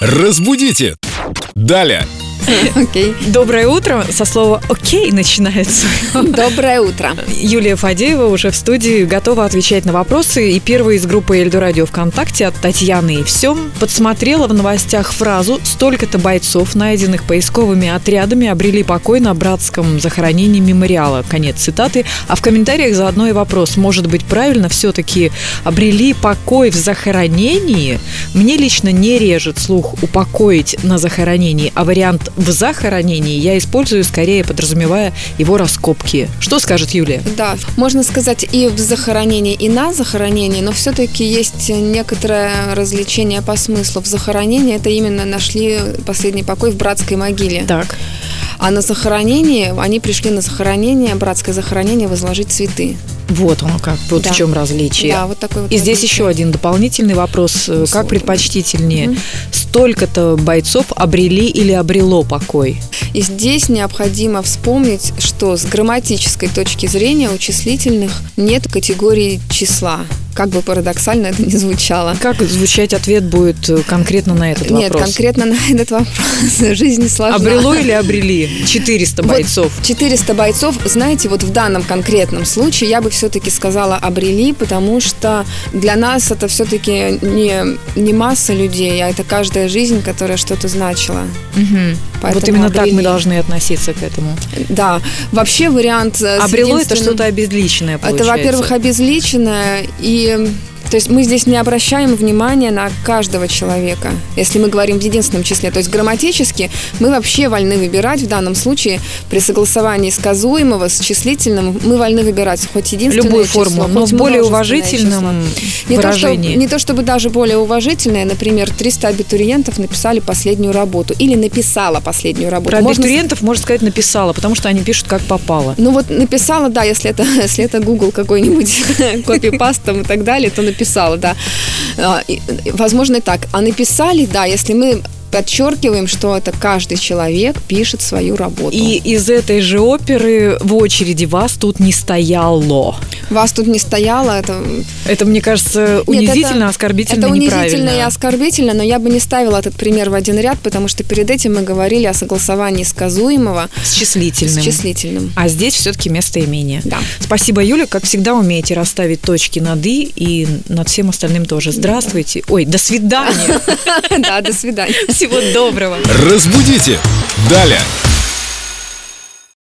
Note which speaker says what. Speaker 1: Разбудите! Далее!
Speaker 2: Окей.
Speaker 3: Доброе утро. Со слова «Окей» начинается.
Speaker 2: Доброе утро.
Speaker 3: Юлия Фадеева уже в студии готова отвечать на вопросы. И первый из группы Эльду Радио ВКонтакте от Татьяны и всем подсмотрела в новостях фразу «Столько-то бойцов, найденных поисковыми отрядами, обрели покой на братском захоронении мемориала». Конец цитаты. А в комментариях заодно и вопрос. Может быть, правильно все-таки обрели покой в захоронении? Мне лично не режет слух «упокоить на захоронении», а вариант «в захоронении» я использую скорее, подразумевая его раскопки. Что скажет Юлия?
Speaker 2: Да, можно сказать и в захоронении, и на захоронении, но все-таки есть некоторое развлечение по смыслу. В захоронении это именно нашли последний покой в братской могиле.
Speaker 3: Так.
Speaker 2: А на захоронении, они пришли на захоронение, братское захоронение, возложить цветы.
Speaker 3: Вот оно как, вот
Speaker 2: Да.
Speaker 3: в чем различие.
Speaker 2: Да, вот такой вот.
Speaker 3: И здесь еще один дополнительный вопрос. э, Как
Speaker 2: Условно.
Speaker 3: предпочтительнее? Столько-то бойцов обрели или обрело покой?
Speaker 2: И здесь необходимо вспомнить, что с грамматической точки зрения у числительных нет категории числа. Как бы парадоксально это ни звучало.
Speaker 3: Как звучать ответ будет э, конкретно на этот
Speaker 2: Нет,
Speaker 3: вопрос?
Speaker 2: конкретно на этот вопрос жизнь сложна.
Speaker 3: Обрело или обрели 400
Speaker 2: Вот
Speaker 3: бойцов?
Speaker 2: 400 бойцов, знаете, вот в данном конкретном случае я бы все-таки сказала обрели, потому что для нас это все-таки не, не масса людей, а это каждая жизнь, которая что-то значила.
Speaker 3: Мгм. Вот
Speaker 2: Поэтому
Speaker 3: именно так мы
Speaker 2: обрели.
Speaker 3: должны относиться к этому.
Speaker 2: Да, вообще вариант... э, с
Speaker 3: Обрело это
Speaker 2: единственным-
Speaker 3: что-то обезличное,
Speaker 2: Это,
Speaker 3: получается.
Speaker 2: во-первых, обезличенное и... То есть мы здесь не обращаем внимания на каждого человека, если мы говорим в единственном числе. То есть грамматически мы вообще вольны выбирать в данном случае при согласовании сказуемого с числительным мы вольны выбирать хоть единственное
Speaker 3: любую
Speaker 2: число,
Speaker 3: форму,
Speaker 2: хоть
Speaker 3: но в более
Speaker 2: множественное число.
Speaker 3: уважительном
Speaker 2: Не то, что,
Speaker 3: выражении.
Speaker 2: не то чтобы даже более уважительное, например, 300 абитуриентов написали последнюю работу или написала последнюю работу.
Speaker 3: Про
Speaker 2: Можно
Speaker 3: абитуриентов, можно сказать, написала, потому что они пишут как попало.
Speaker 2: Ну вот написала, да, если это, если это Google какой-нибудь, копипаст там и так далее, то написала, да. А, и, э, Возможно, и так. А написали, да, если мы подчеркиваем, что это каждый человек пишет свою работу.
Speaker 3: И из этой же оперы в очереди вас тут не стояло.
Speaker 2: вас тут не стояло, это,
Speaker 3: Это, мне кажется, унизительно, оскорбительно,
Speaker 2: это унизительно и
Speaker 3: неправильно.
Speaker 2: оскорбительно, но я бы не ставила этот пример в один ряд, потому что перед этим мы говорили о согласовании сказуемого
Speaker 3: С числительным.
Speaker 2: с числительным.
Speaker 3: А здесь все-таки местоимение.
Speaker 2: Да.
Speaker 3: Спасибо, Юля. Как всегда, умеете расставить точки над «и» и над всем остальным тоже. Здравствуйте. Ой, до свидания.
Speaker 2: Да, до свидания.
Speaker 3: Всего доброго.
Speaker 1: Разбудите! Далее!